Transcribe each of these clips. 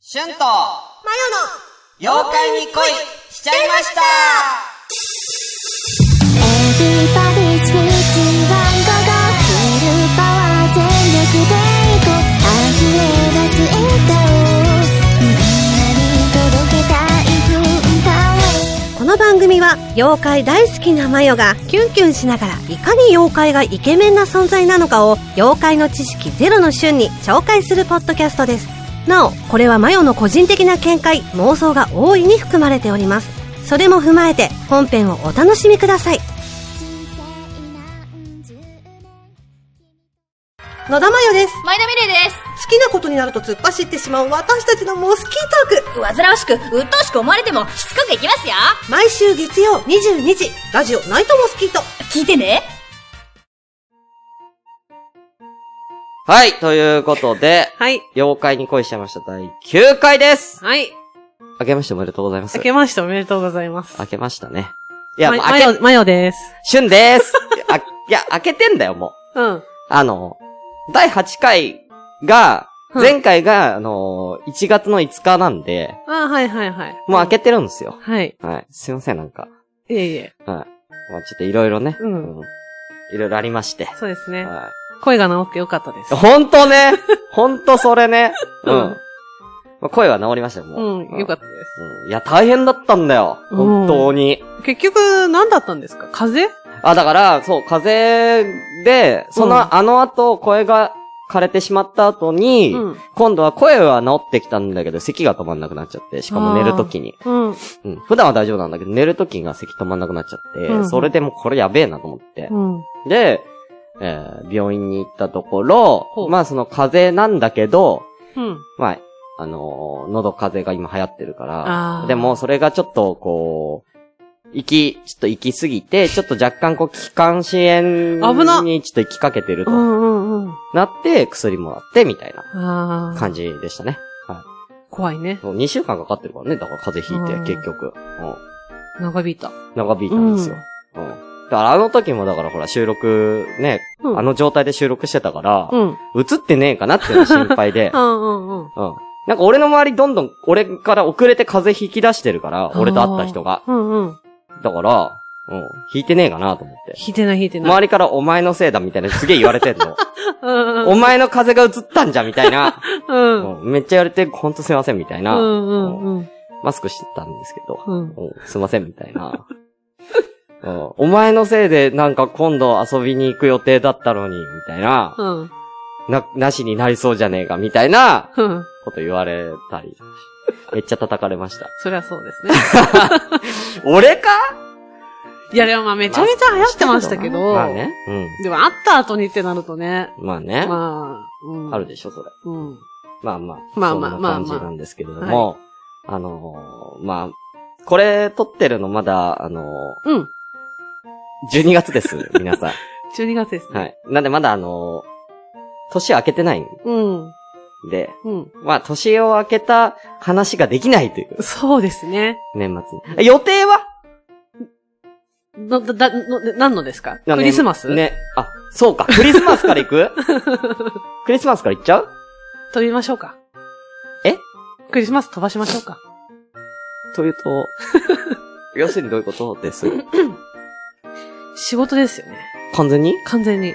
シュンと、マヨの、妖怪に恋しちゃいました Everybody's waiting ワンゴゴフルパワー全力でいこう溢れ出す笑顔をみんなに届けたい文化をこの番組は妖怪大好きなマヨがキュンキュンしながらいかに妖怪がイケメンな存在なのかを妖怪の知識ゼロの瞬に紹介するポッドキャストですなおこれはマヨの個人的な見解妄想が大いに含まれておりますそれも踏まえて本編をお楽しみください人生何十年野田マヨです前田美玲で好きなことになると突っ走ってしまう私たちのモスキートークす煩わしく鬱陶しく思われてもしつこくいきますよ毎週月曜22時ラジオナイトモスキート聞いてねはい、ということで、はい。妖怪に恋しちゃいました第9回ですはい。明けましておめでとうございます。明けましておめでとうございます。明けましたね。いや、まもうマ明け、ヨ、マヨです。シュンですいやあいや、明けてんだよ、もう。うん。あの、第8回が、うん前回が、あの、1月の5日なんで、あーはいはいはい。もう明けてるんですよ。はい。はい。すいません、なんか。いえいえ。はい。まあちょっといろいろね。うんうんいろいろありまして。そうですね。は声が治ってよかったでい。す。ほんと ねほんとそれね。うん。うんまあ声は治りましたよ、もう。うん、よかったでた。うん。いや、大変だったんだよ。うん本当に。す。結局、何だったんですか風邪あ、だから、そう、風邪で、その、うんあの後、声が枯れてしまった後に、うん。今度は声は治ってきたんだけど、咳が止まんなくなっちゃって、しかも寝るときに。うん。うん。普段は大丈夫なんだけど、寝るときが咳止まんなくなっちゃって、うんそれでもうこれやべえなと思って。うん。で、えー病院に行ったところほ、うまあその風邪なんだけど、うん。まあ、あのー喉風邪が今流行ってるかあら、ーでもそれがちょっとこう、行き、ちょっと行き過ぎて、ちょっと若干こう、気管支危な炎にちょっと行きかけてるうとんうんうん。なって、薬もらって、みたいなああ。感じでしたね。怖いね。そう2週間かかってるからね、だから風邪ひいて、うん結局。う長引いた。ん。長引いたんですよ。うん。だからあの時もだからほら収録ね、うんあの状態で収録してたから、うん。映ってねえかなっていうのが心配で う。んうんううん。ん。なんか俺の周りどんどん俺から遅れて風邪引き出してるから、俺と会った人が。うんうん。だから、うん、引いてねえかなと思って。引いてない引いてない。周りからお前のせいだみたいなすげえ言われてん の。うんうんお前の風邪が映ったんじゃみたいな、うん。うんうんめっちゃ言われて、ほんとすいませんみたいな、うんうんマスクしてたんですけど、うん。うんすいませんみたいな。うんお前のせいでなんか今度遊びに行く予定だったのに、みたいな、うん。な、なしになりそうじゃねえか、みたいな、うん。こと言われたり、めっちゃ叩かれました。そりゃそうですね。俺かいやでもまあめちゃめちゃ流行ってましたけど。まあね。でも会った後にってなるとね。うん。まあね。まあ、うん。あるでしょ、それ。うん。まあまあ。まあまあそんなまあ感まあじなんですけれども、あのー、まあ、これ撮ってるのまだ、あのうん。ー、12月です、 皆さ12月ですん。はね。い。なんでまだあのー、年明けてないんうん。で、うん。まあ、年を明けた話ができないという、そうですね。年末に。え予定はの、だ、だ、の、で何のですかなクリスマスね。ねあ、そうか。クリスマスから行 くクリスマスから行っちゃう飛びましょうか。えクリスマス飛ばしましょうか。と いうと、要するにどういうことです。仕事ですよね。完全に完全に。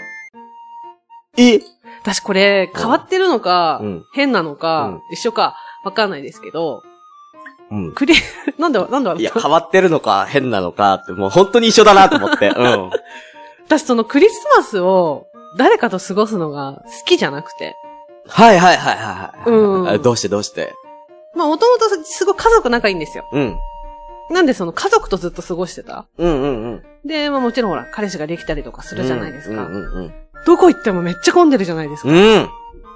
え私これ、変わってるのか、うん変なのか、うん一緒か、わかんないですけど、うん。クリ、なんで、なんで笑ったいや、変わってるのか変なのかって、もう本当に一緒だなと思 って。うん。私そのクリスマスを、誰かと過ごすのが好きじゃなくて。はいはいはいはい。うんあどうしてどうして。まあ、もともとすごい家族仲いいんですよ。うん。なんでその家族とずっと過ごしてたうんうんうん。で、まあもちろんほら、彼氏ができたりとかするじゃないですか。うんうんうん。どこ行ってもめっちゃ混んでるじゃないですか。うん。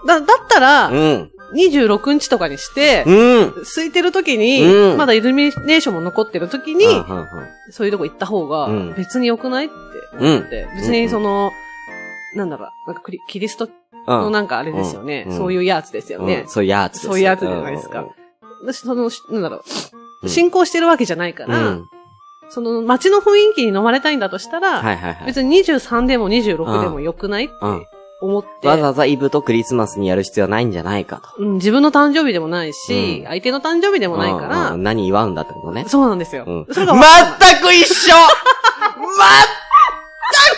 だ、だったら、うん。 26日とかにして、うん。空いてる時に、うんまだイルミネーションも残ってる時に、うんうんそういうとこ行った方がうん、別に良くないって思って、うん別にその、なんだろう、なんかクリキリストうんのなんかあれですよね、うんそういうやつですようんね。そういうやつです。そういうやつじゃないですかうん私、その、しなんだろうんう、信仰してるわけじゃないかうら、ん。その街の雰囲気に飲まれたいんだとしたら、はいはいはい。別に23でも26でも良くない、うん。思って、わざわざイブとクリスマスにやる必要はないんじゃないかと。うん、自分の誕生日でもないし、うん相手の誕生日でもないかうんうらん、何祝うんだってことね。そうなんですよ。うん。それ全がく一緒 全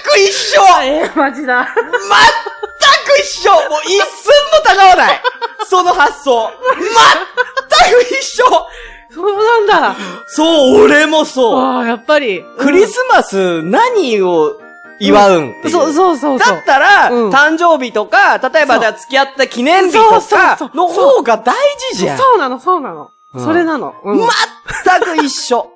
く一緒えー、マジだ。全く一緒もう一寸もたがわないその発想全く一緒そうなんだ。そう、俺もそうああ、やっぱり。クリスマス何を祝うんっていうそうそうそうそだうっ。たら、うん誕生日とか、例えばそうじゃあ付き合った記念日とそうそうそうか、の方が大事じゃん。そうなの、そうなの。うんそれなの。うん全く一緒。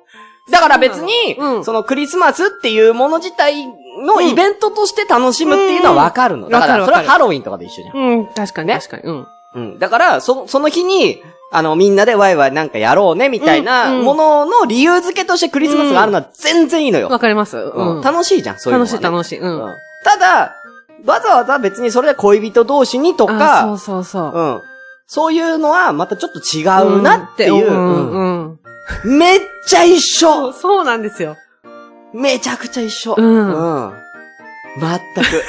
だから別に、うんそのクリスマスっていうもの自体のイベントとして楽しむっていうのはわかるの。うんだかわからるそれはわかるハロウィンとかで一緒じゃん。うん、確かに、ね確かに。うん。うん。だから、そ、その日に、あの、みんなでワイワイなんかやろうね、みたいなうんうんものの理由付けとしてクリスマスがあるのは全然いいのよ。わかります。うんうん。楽しいじゃん、そういうの楽はしね、い、楽しい。う。うんんただ、わざわざ別にそれで恋人同士にとあか、そうそうそう。うん。そういうのはまたちょっと違うなっていう。ううんんうん、うん。めっちゃ一そう、緒そうなんですよ。 めちゃくちゃ一緒。うんうん。まったく。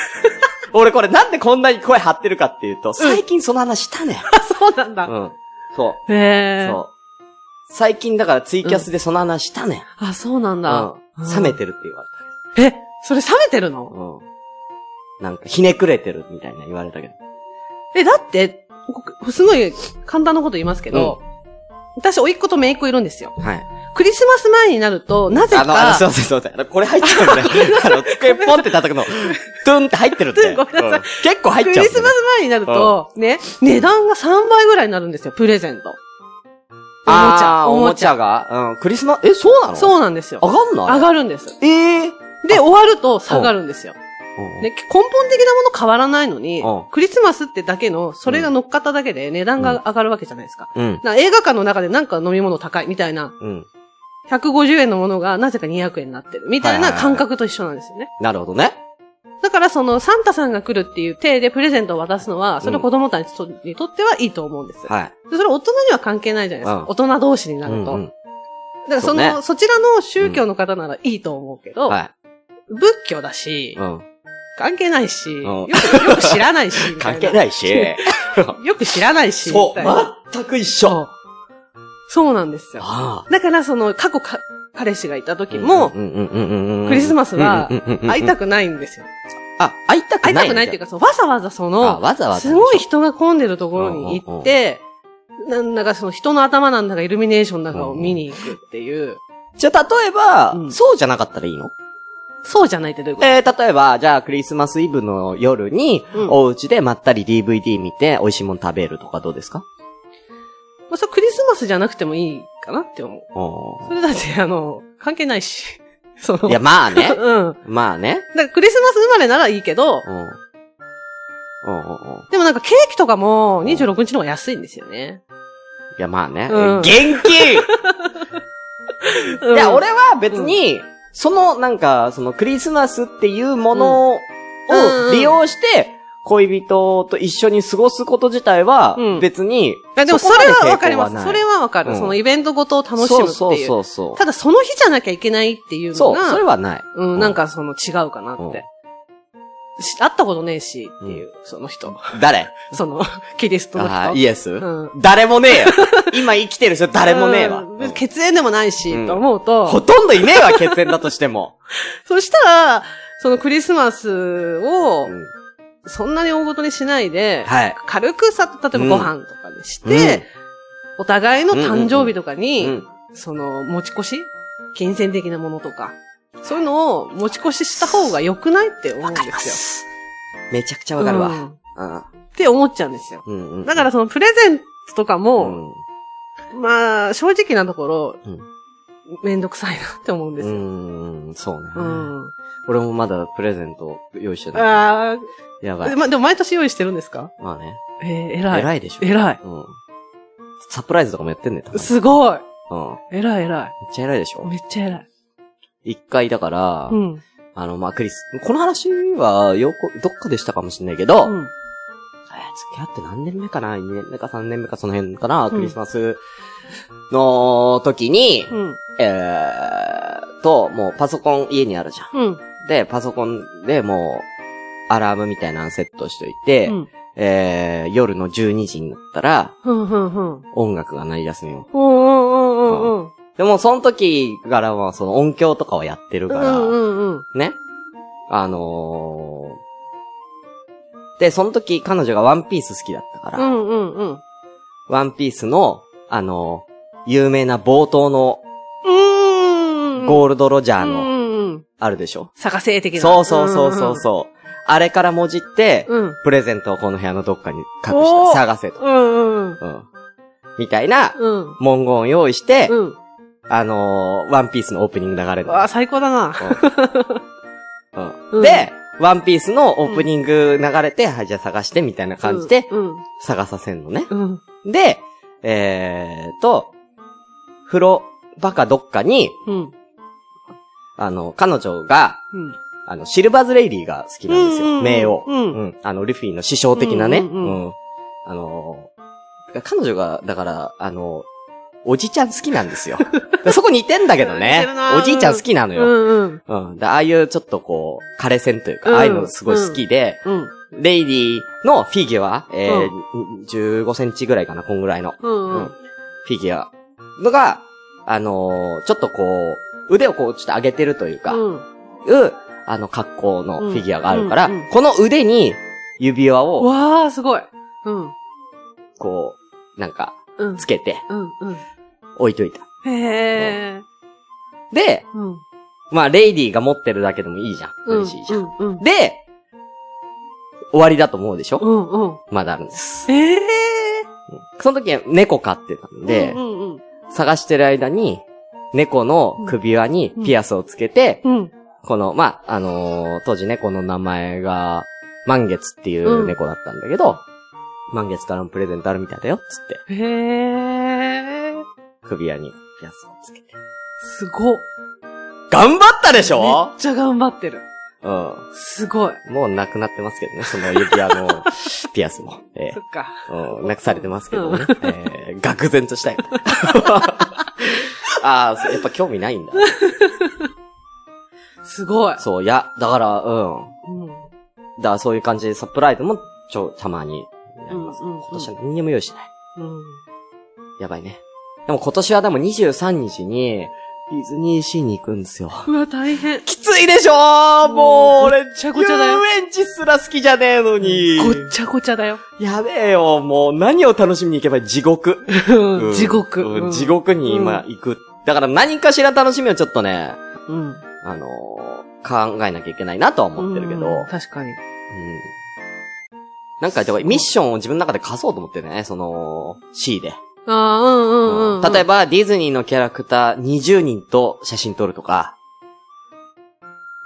俺これなんでこんなに声張ってるかっていうと、最近その話したね。あ、そうなんだ。うん。そう。へえ。そう。最近だからツイキャスでその話したね。あ、そうなんだ。うん。冷めてるって言われえ、それ冷めてるた。のうん。なんかひねくれてるみたいな言われたけど。え、だって、こすごい簡単なこと言いますけど、私、甥っ子と姪っ子いるんですよ。はい。クリスマス前になると、なぜあの、あの、かすい、ません、すいません。あのこれ入っちゃう んだよ。あの、机ポンって叩くの、トゥンって入ってるって。 ごめんなさいうん結構入っクちゃうリんだよスマね。ス前になると、ね、値段が3倍ぐらいになるんですよ、プレゼント。おもちあーゃ、おおももちちゃ。ゃが。うん。クリスマス、え、そうなの。そううなんですよ。上がんない上がるんです。ええで、終わると下がるんですよ。ー。ね、根本的なもの変わらないのにうん、クリスマスってだけの、それが乗っかっただけで値段が上がるわけじゃないですか。うん。な映画館の中でなんか飲み物高いみたいな、うん。 150円のものがなぜか200円になってるみたいはいなはいはい感覚と一緒なんですよね。なるほどね。だからそのサンタさんが来るっていう体でプレゼントを渡すのは、それは子供たちとにとってはいいと思うんです。はい。でそれ大人には関係ないじゃないですか。うん大人同士になると。うんうんだからそその、そ,、うねちらの宗教の方ならいいと思うけど、は仏教だし、い。うん。関係ないし、んよくよく知らない し、みたい関係ない し。よく知らないし、そみたいなう、全く一緒。そうなんですよ。あだからその、過去か、彼氏がいたあ時も、うんうんうんうんうんクリスマスはうんうんうんうん会いたくないんですよ。あ、会いたくな会い。いたくないっていうか、か、そうわざわざそあ、の、わざわざ。すごい。人が混んでるところに行って、なんだかその人の頭なんだかイルミネーションなんかを見に行くっていう、じゃあ、例えばう、んそうじゃなかったらいいのそうじゃないってどういうことえー、例えば、じゃあ、クリスマスイブの夜に、うんお家でまったり DVD 見て、美味しいもの食べるとかどうですかまあ、それクリスマスじゃなくてもいいかなって思う。それだって、あの、関係ないし。 その。いや、まあうねん。。だかまあね。らクリスマス生まれならいいけど、うん。うんうんうん。でもなんかケーキとかも26日の方が安いんですよね。いや、まあね。うん現金いいや、、俺は別に、その、なんか、そのクリスマスっていうものをうんうん利用して、恋人と一緒に過ごすこと自体はう、ん別に、いやでもそれはわかりまそこまで抵抗はないす。それはわかる、うんそのイベントごとを楽しむってい。そううそうそうそう。ただその日じゃなきゃいけないっていうのそう、が、それはない。うん、なんかその違うかなって。し会ったことねえしっていう、その人。誰その、 キリストのあ人。ーイエス、ん誰もね えよ。今生きてる人誰もねえわ。うん血縁でもないし、うんと思うと。ほとんどいねえわ、血縁だとしても。そしたら、そのクリスマスをう、んそんなに大ごとにしないで、はい。軽くさ、例えばご飯とかにして、お互いの誕生日とかうに、ん、うんその、持ち越し金銭的なものとか、そういうのを持ち越しした方が良くないって思うんですめちゃくちゃよ。わかるわ。うんっうて思っちゃうんですよ。ん。うんうん、だからそのプレゼントとかうも、ん、まあ、正直なところ、うんめんどくさいなって思うんですよ。うん、そうね、うん。俺もまだプレゼント用意してない。あやばあ、い。ま、でも毎年用意してるんですかまあね。えー、偉い。偉いでしょ。偉い。うん。サプライズとかもやってんね多分すごい。うん。めっ偉い偉ちゃ偉いでしい。ょめっちゃ偉い。一回だから、うん。うん。あの、まあ、クリス、この話は、よこ、どっかでしたかもしれないけど、えー付き合って何年目かな ?2 年目か3年目かその辺かな、うんクリスマスの時に、うん。えーと、もうパソコン家にあるじゃん。うん。で、パソコンでもう、アラームみたいなのセットしといて、うん。えー、夜の12時になったら、ふんふんふん。音楽が鳴り出すのよ。おうんうんうんうん。でも、その時からは、その音響とかはやってるうから、んうんうん。ね。あのー、で、その時彼女がワンピース好きだったから、うんうんうん。ワンピースの、あのー、有名な冒頭のうん。ゴールドロジャーうの、んうんうん。あるでしょ、探せ的な。そうそうそうそうそう。あれからもじって、うん。うん。プレゼントをこの部屋のどっかに隠おしーた、探せと。うんううん。ん。みたいなうん。文言を用意して、うん。あのー、ワンピースのオープニング流れるのわあ、最高だな。うんうんで、ワンピースのオープニング流れて、はい、じゃあ探して、みたいな感じで、うん。探させんのね。うん。で、えーと、風呂場かどっかに、うん。あの、彼女が、うん。あの、シルバーズレイリーが好きなんですうんよ。うんうん名を。うんうんあの、ルフィの師匠的なね。ううんうんうんん。あのー、彼女が、だから、あの、おじちゃん好きなん ですよ。そこ似てんだけど似ねてるな。おじいちゃん好きなのうよ。んうん。うん。でああいうちょっとこう、枯れ線といううんか、ああいうのすごい好きで、うん。レイディのフィギュア、えー15センチぐらいかな、こんぐらいの。うんううんん。フィギュアのが、あのーちょっとこう、腕をこう、ちょっと上げてるというか、ううん。あの、格好のフィギュアがあるから、うんうんうんこの腕に指輪を、わあ、すごい。うん。こう、なんか、うん。つけて、うんうん。置いといた。へえ。で、うん。まあ、レイディが持ってるだけでもいいじゃん。嬉しいじゃん。うんうん。で、終わりだと思うでしょ、うんうん。まだあるんです。ええ。その時は猫飼ってたんで、うんうん探してる間に、猫の首輪にピアスをつけて、うん。うん。この、まあ、あのー当時猫の名前が、満月っていう猫だったんだけど、満月からのプレゼントあるみたいだよ、つって、へえ。首輪にピアスをつけて。すごっ。頑張ったでしめょっちゃ頑張ってる。うすごい。ん。もうなくなってますけどね、その指輪の ピアスも。えそっか。えうん、なくされてますけどね。ええ愕然としたよ。 ああ、そうやっぱ興味ないんだ。すごい。そう、いや、だから、うん。うん。だからそういう感じでサプライズもちょ、たまにやります。うんうんうん今年は何にも用意しない。うん。やばいね。でも今年はでも23日に、ディズニーシーに行くんですよ。うわ、大変。 きついでしょーもううん俺、ごっちゃごちゃだよ遊園地すら好きじゃねえのに。ごっちゃごちゃだよ。やべえよ、もう何を楽しみに行けばいい地獄。うん地獄。ううんん地。獄に今行く。だから何かしら楽しみをちょっとね、うん。あのー考えなきゃいけないなとは思ってるけど。うん確かに。うんなんか、でもミッションを自分の中で課そうと思ってね、その、C で。ああ、うんうんうん。例えば。ば、ディズニーのキャラクター20人と写真撮るとか。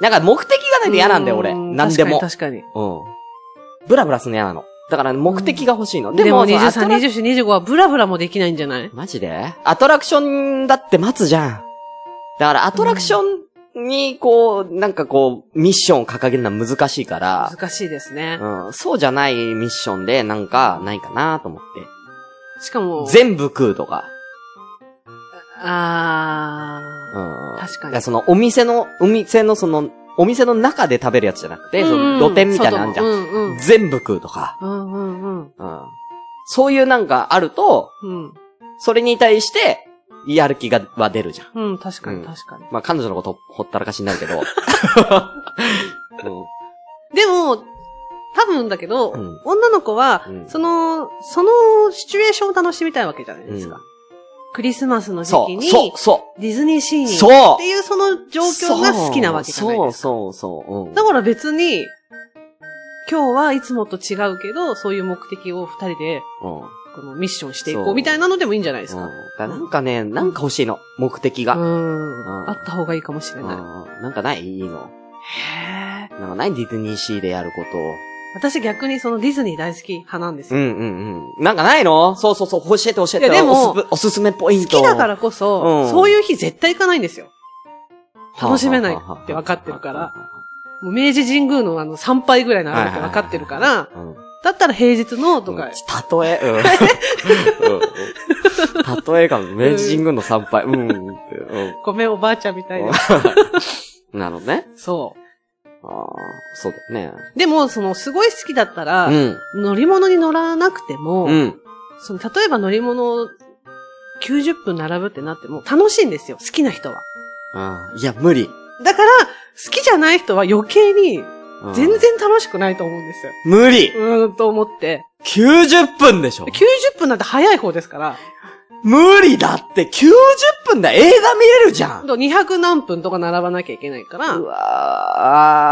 なんか目的がないと嫌なんだよ、俺。うん何でも。確かに。確かうん。ブラブラするの嫌なの。だから目的が欲しいの。にでもそのア23、トラ24、25はブラブラもできないんじゃないマジでアトラクションだって待つじゃん。だからアトラクションに、こう、なんかこう、ミッションを掲げるのは難しいから。難しいですね。うん、そうじゃないミッションでなんかないかなと思って。しかも、全部食うとか。あうあ。ん。確かにいやそのお店の、お店のその、お店の中で食べるやつじゃなくて、その露店みたいなのあんじゃん。うん外も全部食うとか。うんうん。うんうんうん。そういうなんかあると、うん。それに対して、やる気が、は出るじゃん。うん。うん、確かうんに確かに。まあ、彼女のことほったらかしになるけ ど。でも、多分だけど、うん女の子は、うんその、そのシチュエーションを楽しみたいわけじゃないうん。ですか。うんクリスマスの時そ期う、に、そう、そディズニーシーう、にそ行くうっていうその状況が好きなわけじゃないそですか。う、そう、そう、うん。だから別に、今日はいつもと違うけど、そういう目的を二人で、うん。このミッションしていそこううみたいなのでもいいんじゃないですうん、だか。からなんかね、なんか欲しいの。目的うが。ん。うんあった方がいいかもしうれんない。なんかないいいの。へえ。なんかないディズニーシーでやるこ私逆にそのディズニー大好き派なんですと。うよ。んうんうん。なんかないのそうそうそう。教えて教えて。いやでもおすすおすすめポイン好ト。きだからこそ、うんそういう日絶対行かないんですよ。はあ楽しめないって分かってるから。もう明治神宮のあの参拝ぐらいのあるって分かってるか。はらい、はいはいはいだったら平日のうとん。か、うん例え、うんうんうん。例えが明治神宮の参拝。うん。うん ごめんおばあちゃんみたいな。なのね。そああ、そうだよね。でも、その、すごい好きだったら、うん。乗り物に乗らなくても、うん。その、例えば乗り物を90分並ぶってなっても、楽しいんですよ、好きな人は。ああいや、無理。だから、好きじゃない人は余計に、うん全。然楽しくないと思うんですよ。無理うーん、と思って。 !90 分でしょ90分なんて早い方ですから、無理だって !90 分だ映画見れるじゃあんと200何分とか並ばなきゃいけないからう、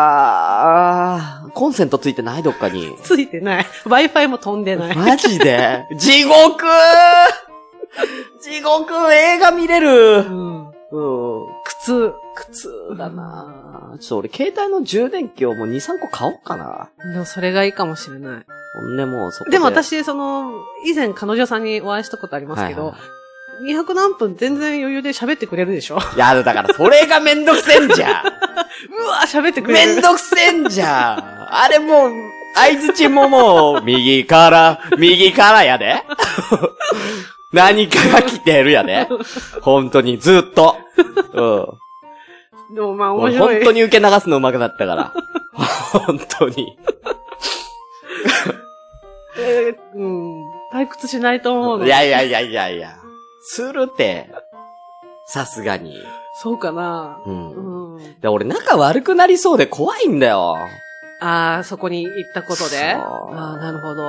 わー、コンセントついてないどっかに。ついてない。Wi-Fi も飛んでない。マジで地獄地獄映画見れうるん。うん。苦痛。苦痛だなぁちょっと俺携帯の充電器をもう2、3個買おうかな。でもそれがいいかもしれない。ほんでもうそこで。でも私、その、以前彼女さんにお会いしたことありますけど、はいはい200何分全然余裕で喋ってくれるでしょ うわいや、だからそれがめんどくせんじゃん喋ってくれる。めんどくせんじゃんあれもう、相づちももう、右から、右からやで 何かが来てるやで本当に、ずっと。でもまあうん。面俺白本い。当に受け流すの上手くなったから。本当に。えーうん。退屈しないと思うの。いやいやいやいやいや。するて。さすがに。そうかな。う。うんん。で俺仲悪くなりそうで怖いんだよ。ああ、そこに行ったことで。そうああ、なるほど。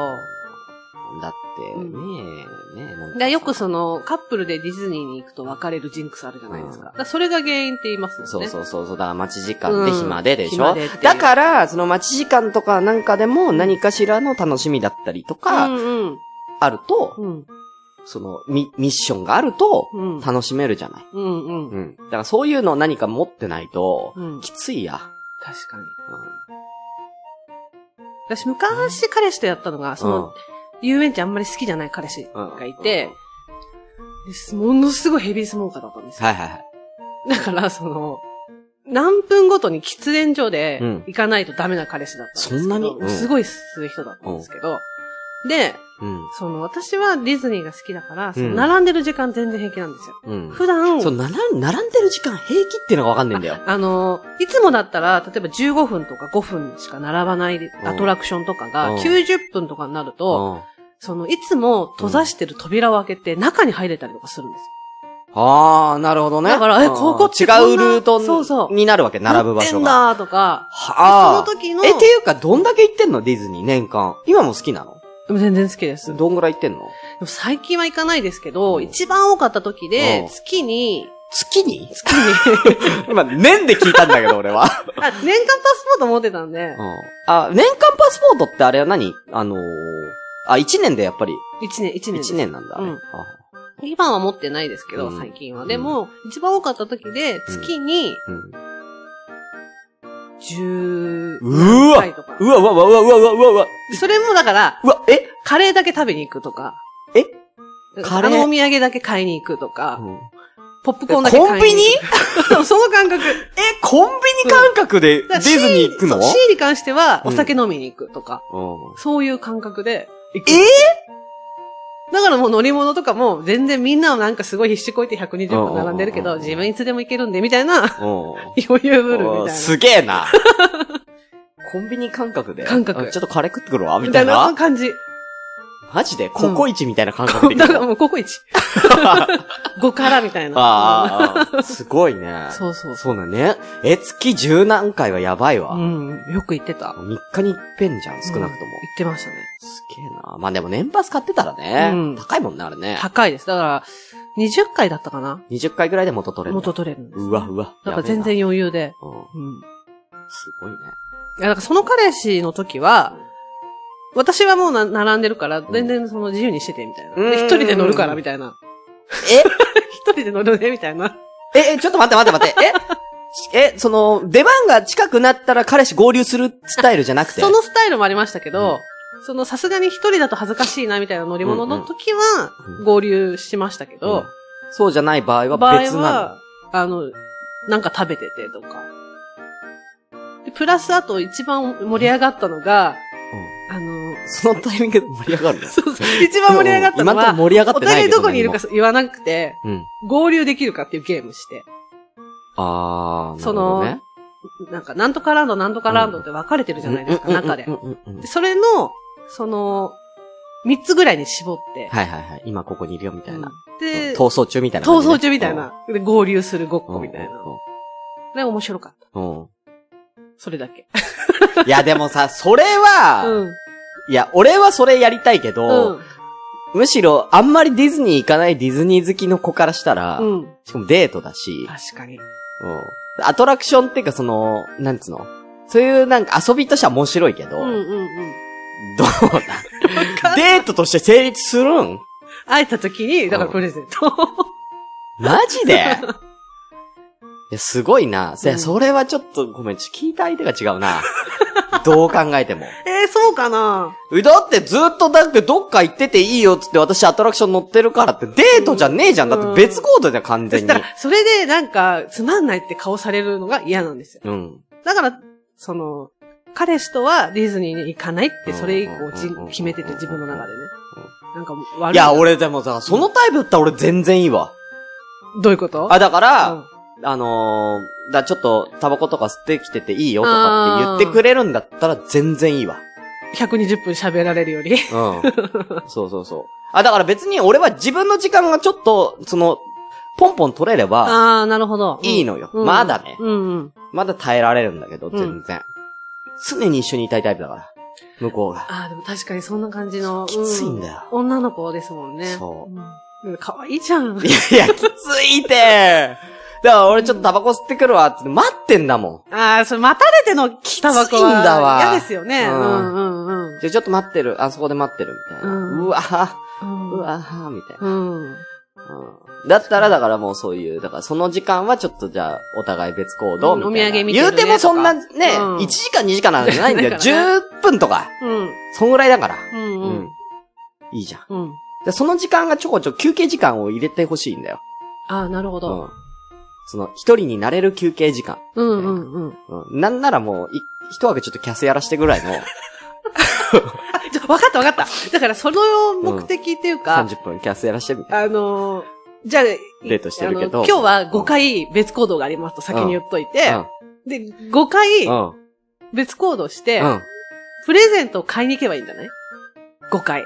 だって、ねえ、ねえなんかさでよくその、カップルでディズニーに行くと別れるジンクスあるじゃないですうんか。だからそれが原因って言いますもんね。そうう。そうそうそう、だから待ち時間でうん暇ででし暇ょでっていうだから、その待ち時間とかなんかでも何かしらの楽しみだったりとうか、んあるうと、ん。そのミ、ミッションがあるとう、ん。楽しめるじゃない。うんうん。うん。だからそういうの何か持ってないと、うん。きついや。確かに。私、昔彼氏とやったのが、その、遊園地あんまり好きじゃない彼氏うん。がいうんて、ですものすごいヘビースモーカーだったんですよ。はいはいはい。 だから、その、何分ごとに喫煙所でうん行かないとダメな彼氏だったんですけど、そんなにうんすごい吸う人だったんですけど、で、うん。その、私はディズニーが好きだから、そのうん並んでる時間全然平気なんですよ。うん。普段、そう、なら、並んでる時間平気っていうのがわかんないんだよ。あの、いつもだったら、例えば15分とか5分しか並ばないアトラクションとかうんが、90分とかになると、その、いつも閉ざしてる扉を開けて中に入れたりとかするんですよ。ああ、なるほどね。だからえうんここって違こんなうルートそうそうになるわけ、並ぶ場所が。乗ってんだとか、そはの時の、え、っていうか、どんだけ行ってんのディズニー、年間。今も好きなのでも全然好きです。でどんぐらい行ってんのも最近は行かないですけど、うん一番多かった時うでん、月に、月に月 に。今、年で聞いたんだけど、俺は。あ、年間パスポート持ってたんで、あ、年間パスポートってあれは何あのー、あ、1年でやっぱり。 1年、1年です1年なんだ、あれうんあ今は持ってないですけど、うん最近は。でも、一番多かった時で、月に、うん10うわ回とか。うわ、うわ、うわ、うわ、うわ、うわ、うわ、うわ、それもだから、うわ、えカレーだけ食べに行くとか。えカカレレーーあのお土産だけ買いに行くとか、うんポップコーンだけ買いに行く。コンビニ その感覚。え、コンビニ感覚でデだからィズニー行くの、そう ?C に関しては、うんお酒飲みに行くとか、うんそういう感覚で。えだからもう乗り物とかも、全然みんなはなんかすごい必死こいて120分並んでるけうんど、うんうんうん自分いつでも行けるんで、みたいな、 うん余裕ぶるみおーたいすげえな。コンビニ感覚で感覚あちょっとカレー食ってくるわ、な。みたいな。感じ。マジでココイチみたいな感覚で行だくからの。もうここ1。5からみたいな。あーあー、すごいね。そうそうそ。そうだね。え、月十何回はやばいうわ。うもん。よく行ってた。う3日に一遍じゃん、少なくともうん。行ってましたね。すげえな。まあでも年パス買ってたらね、うん高いもんね、あれね。高いです。だから、20回だったかな20回ぐらいで元取れる。元取れるんです。うわうわ。だかやらべえ全。然余裕で。うん。うん。すごいね。いや、だからその彼氏の時は、私はもうな並んでるから、全然その自由にしてて、みたいな。うんで一人で乗るから、みたいな。え 一人で乗るね、みたいな。え、え、ちょっと待って待って待って。え え、その、出番が近くなったら彼氏合流するスタイルじゃなくて。そのスタイルもありましたけど、そのさすがに一人だと恥ずかしいな、みたいな乗り物の時はうん、合流しましたけうどん、そうじゃない場合場は合別なは、あの、なんか食べててとか。でプラスあと一番盛り上がったのが、あの、の。そのタイミングで盛り上がるのそうそう一番盛り上がった今のんとはこ、盛り上がっおてない互けいど。どこにいるか言わなくて、何も。うん。合流できるかっていうゲームして、あー、なそるほどのね。なんか、なんとかランド、なんとかランドって分かれてるじゃないですか、中でうん。うんうんうんでそれの、その、三つぐらいに絞って、はいはいはい。今ここにいるよみたいな。で、逃逃走中みたいな感じね。走中みたいな。で、合流するごっうん。こみたいな。うで、面白かった。ん。うん。うんそれだけ。いやでもさ、 それうは、ん。いや、俺はそれやりたいけうどん、。むしろあんまりディズニー行かないディズニー好きの子からしたら、うん。しかもデートだし、確かに。うん。アトラクションっていうかその、なんつうのそういうなんか遊びとしては面白いけど、うんうんうん。どうかだ デートとして成立するん会えた時に、だからプレゼント。 マジでいや、すごいな。そ,、うんそれはちょっと、ごめん、ちょっと聞いた相手が違うな。 どう考えても。えー、そうかなえだってずっとだってどっか行ってていいよっつって私アトラクション乗ってるからってデートじゃねえじゃん。うんだって別行動じゃん完そ全しにた。ら、それでなんか、つまんないって顔されるのが嫌なんですよ。うん。だから、その、彼氏とはディズニーに行かないって、それ以降じうん決めてて自分の中でねうん。なんか悪いい。や、、俺でもさ、そのタイプだったら俺全然いいわ。どういうことあ、だから、うんあのー、だ、ちょっと、タバコとか吸ってきてていいよとかって言ってくれるんだったら全然いいわ。 120分喋られるより。うん。そうそうそう。あ、だから別に俺は自分の時間がちょっと、その、ポンポン取れれば、 ああ、なるほど。いいの。のよ。うんまだね、うんうん。まだ耐えられるんだけど、うん全然。常に一緒にいたいタイプだから。向こうが。ああ、でも確かにそんな感じの。きついんだよ。うん女の子ですもんね。。そうんでも可愛いじゃん。 いやいや、きついてだから俺ちょっとタバコ吸ってくるわって待ってんだもん。ああ、それ待たれてのきタバコは。きついんだわ嫌ですよね。ううんんうんうん。じゃあちょっと待ってる。あそこで待ってる。みたいな。うんうわぁ、うんうわぁ、みたいな。うん。だったら、だからもうそういう、だからその時間はちょっとじゃあ、お互い別行動みたいな。うんお土産見て言るうねてもそんなね、うん1時間2時間なんじゃないんだよ。 だから10分とか。うん。そんぐらいだから。うんううんん。。いいじゃん。うん。でその時間がちょこちょこ休憩時間を入れてほしいんだよ。ああ、なるほうど。ん。その、一人になれる休憩時間。うんうんうん。うん。なんならもう、い一枠ちょっとキャスやらしてぐらい のあ、じゃ、 わかったわかった。だから、その目的っていうか、 30分キャスやらしてみたいな。あのー、じゃあ、デートしてるけど今日は5回別行動がありますと先に言っといて、で、5う回ん。うん。別行動して、うん。プレゼントを買いに行けばいいんじゃない ?5 回。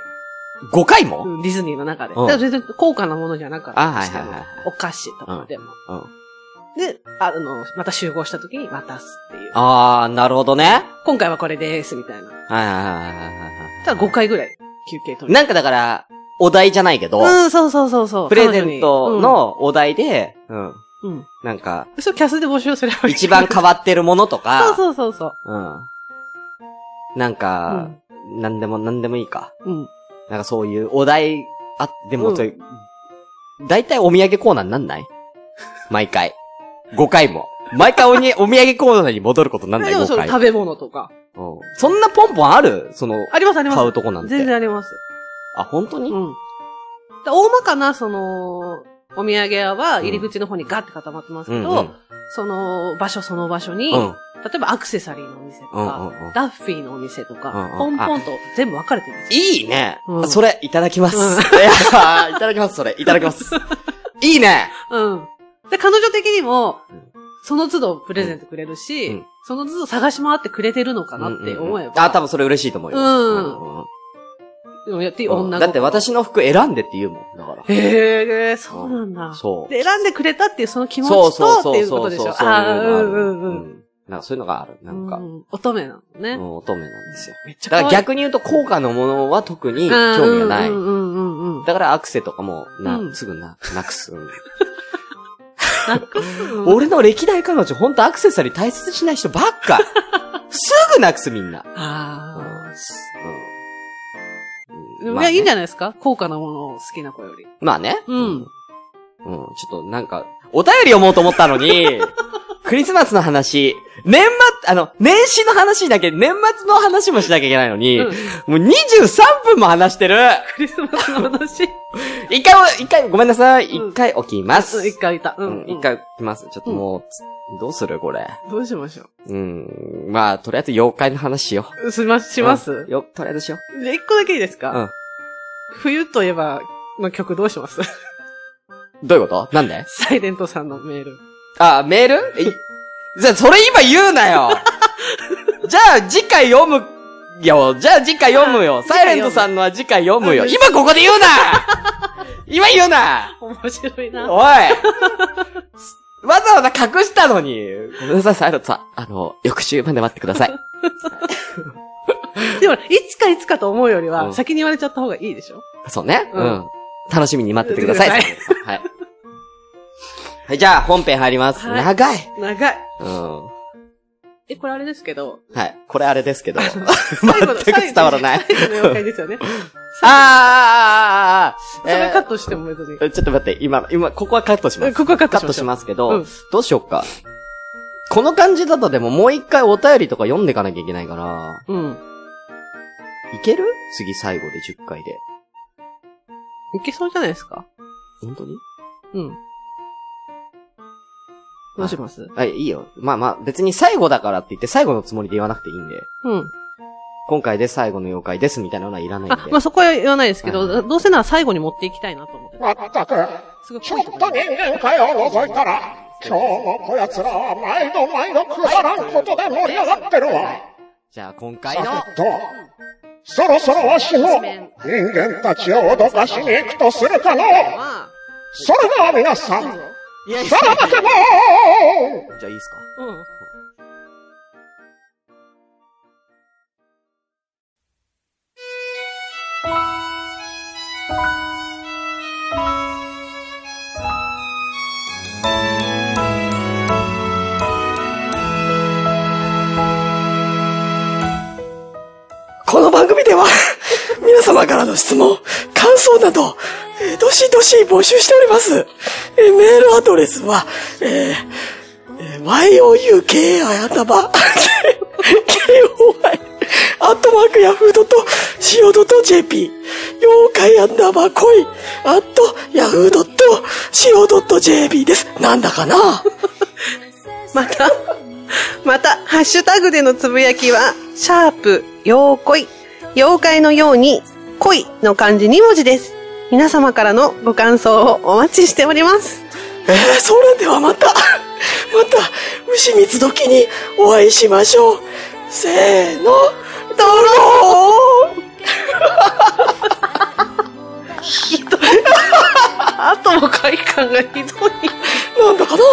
5回も、うんディズニーの中で。うんだから全然高価なものじゃなかったとしてもあはいはいはいお菓子とかでも。うんうんで、あの、また集合した時に渡すっていう。あー、なるほどね。今回はこれです、みたいな。はいはいはいはいはいはい。ただ5回ぐらい休憩取る。なんかだから、お題じゃないけど、うん、そうそうそうそう。プレゼントのお題で、うん、彼女に。うん。なんか、うん。それキャスで募集すればいい。一番変わってるものとか、 そうそうそうそう。うん。なんか、なんでもなんでもいいか。うん。なんかそういうお題、あ、でうもんそれ、大体お土産コーナーになんない毎回。5回も。毎回お にお土産コーナーに戻ることになんないでもそ ?5 の回。食べ物とか。うんそんなポンポンあるその、ありますあります。買うとこなん全然て。あります。あ、本当にうん。だ大まかな、その、お土産屋は入り口の方にガッて固まってますうんけうん。ど、その場所その場所に、うん。例えばアクセサリーのお店とか、うんうんうんダッフィーのお店とか、うんポうんンポンと全部分かれてるんですよ。いいね、うんそれ、いただきます。うん いやーいただきます、それ。いただきます。いいねうん。で、彼女的にもうん、その都度プレゼントくれるし、うんその都度探し回ってくれてるのかなって思えば。うんうんうんあ、多分それ嬉しいと思うよ。うんんうんでもやっていい女だって心私の服選んでって言うもん。だから。へえ、そうなんだ。そう。で、選んでくれたっていうその気持ちそうそと、うってそうそいうことうでしそう。ょ。そういうのあがーある。うんううんうん。んなんかそういうのがある。なんかう、ん乙女なのね。うん乙女なんですよ。めっちゃだから可愛い逆に言うと、高価なものは特に興味がないうん。うんうんうんうん。だからアクセとかも、なう、んすぐな、なくす。なくすの俺の歴代彼女、ほんとアクセサリー大切にしない人ばっ かすぐなくすみんな。あうあ。ん。いや、いいんじゃゃないですか高価なものを好きな子より。まあね。うんうん。ちょっとなんか、お便り読もうと思ったの に、クリスマスの話、年末、あの、年始の話だけ、年末の話もしなきゃいけないのに、うんもう23分も話してるクリスマスの話。一回も、一回、ごめんなさい。一、うん回起きます。うん一回いた。ううんん。。一、回起きます。ちょっともう、つどうするこれ。どうしましょうん。まあ、とりあえず妖怪の話しよう。う。すま、しますうんよ、とりあえずしよじゃあ一個だけいいですかうん冬といえば、の曲どうします う。どういうことなんでサイレントさんのメール。あ、メールえ じゃあ、それ今言うなよ じゃあ、次回読むよ。じゃあ、次回読むよ。次回サ読むイレントさんのは次回読むよ。うん今ここで言うな 今言うな面白い な。おいわざわざ隠したのに。ごめんなさい、サイレントさん。あの、翌週まで待ってください。でも、いつかいつかと思うよりうは、ん先に言われちゃった方がいいでしょそうね。う。うんん楽しみに待っててください。待っはい。はい、じゃあ本編入ります。はい長い。長い。うん。はえ、これあれですけど。い。これあれですけど。全 最後のく伝わらない。 最後の妖怪で すよね。あーあーあーあーあーそれえカットしても別に。ーちょっと待って、今、今、ここはカットします。ここはカットしましょうますけど、うんどうしよっか。この感じだとでももう一回お便りとか読んでいかなきゃいけないから、うん。いける次最後で10回で。いけそうじゃないですか本当にうん。どうしますあ、いいよ。まあまあ、別に最後だからって言って最後のつもりで言わなくていいんで。うん。今回で最後の妖怪ですみたいなのはいらないんで。あ、まあ、そこは言わないですけはど、いはいどうせなら最後に持っていきたいなと思って。まったく、すごいち濃ょいっととこ人ろで 間界を覗いたら、今日もこやつらは毎度毎度くだらんことで盛り上がってるわ。じゃあ今回の、さてと、そろそろわしも人間たちを脅かしに行くとするかのう。まあ、それでは皆さん、いやいやさらばけぼうじゃあいいっすかうん。この番組では、皆様からの質問、感想など、えーどしどし募集しております。えーメールアドレスは、えーえー youk あやたば、k-o-y、アットマークヤフードと CO.jp、妖怪アンダーバー恋、アットヤフードと CO.jp です。なんだかなまた、また、ハッシュタグでのつぶやきは、シャープ、妖怪、妖怪のように、恋の漢字2文字です。皆様からのご感想をお待ちしております。えー、それではまた、また、 牛三つ時にお会いしましょう。せーの、ドローン あとも快感がひどい。なんだかな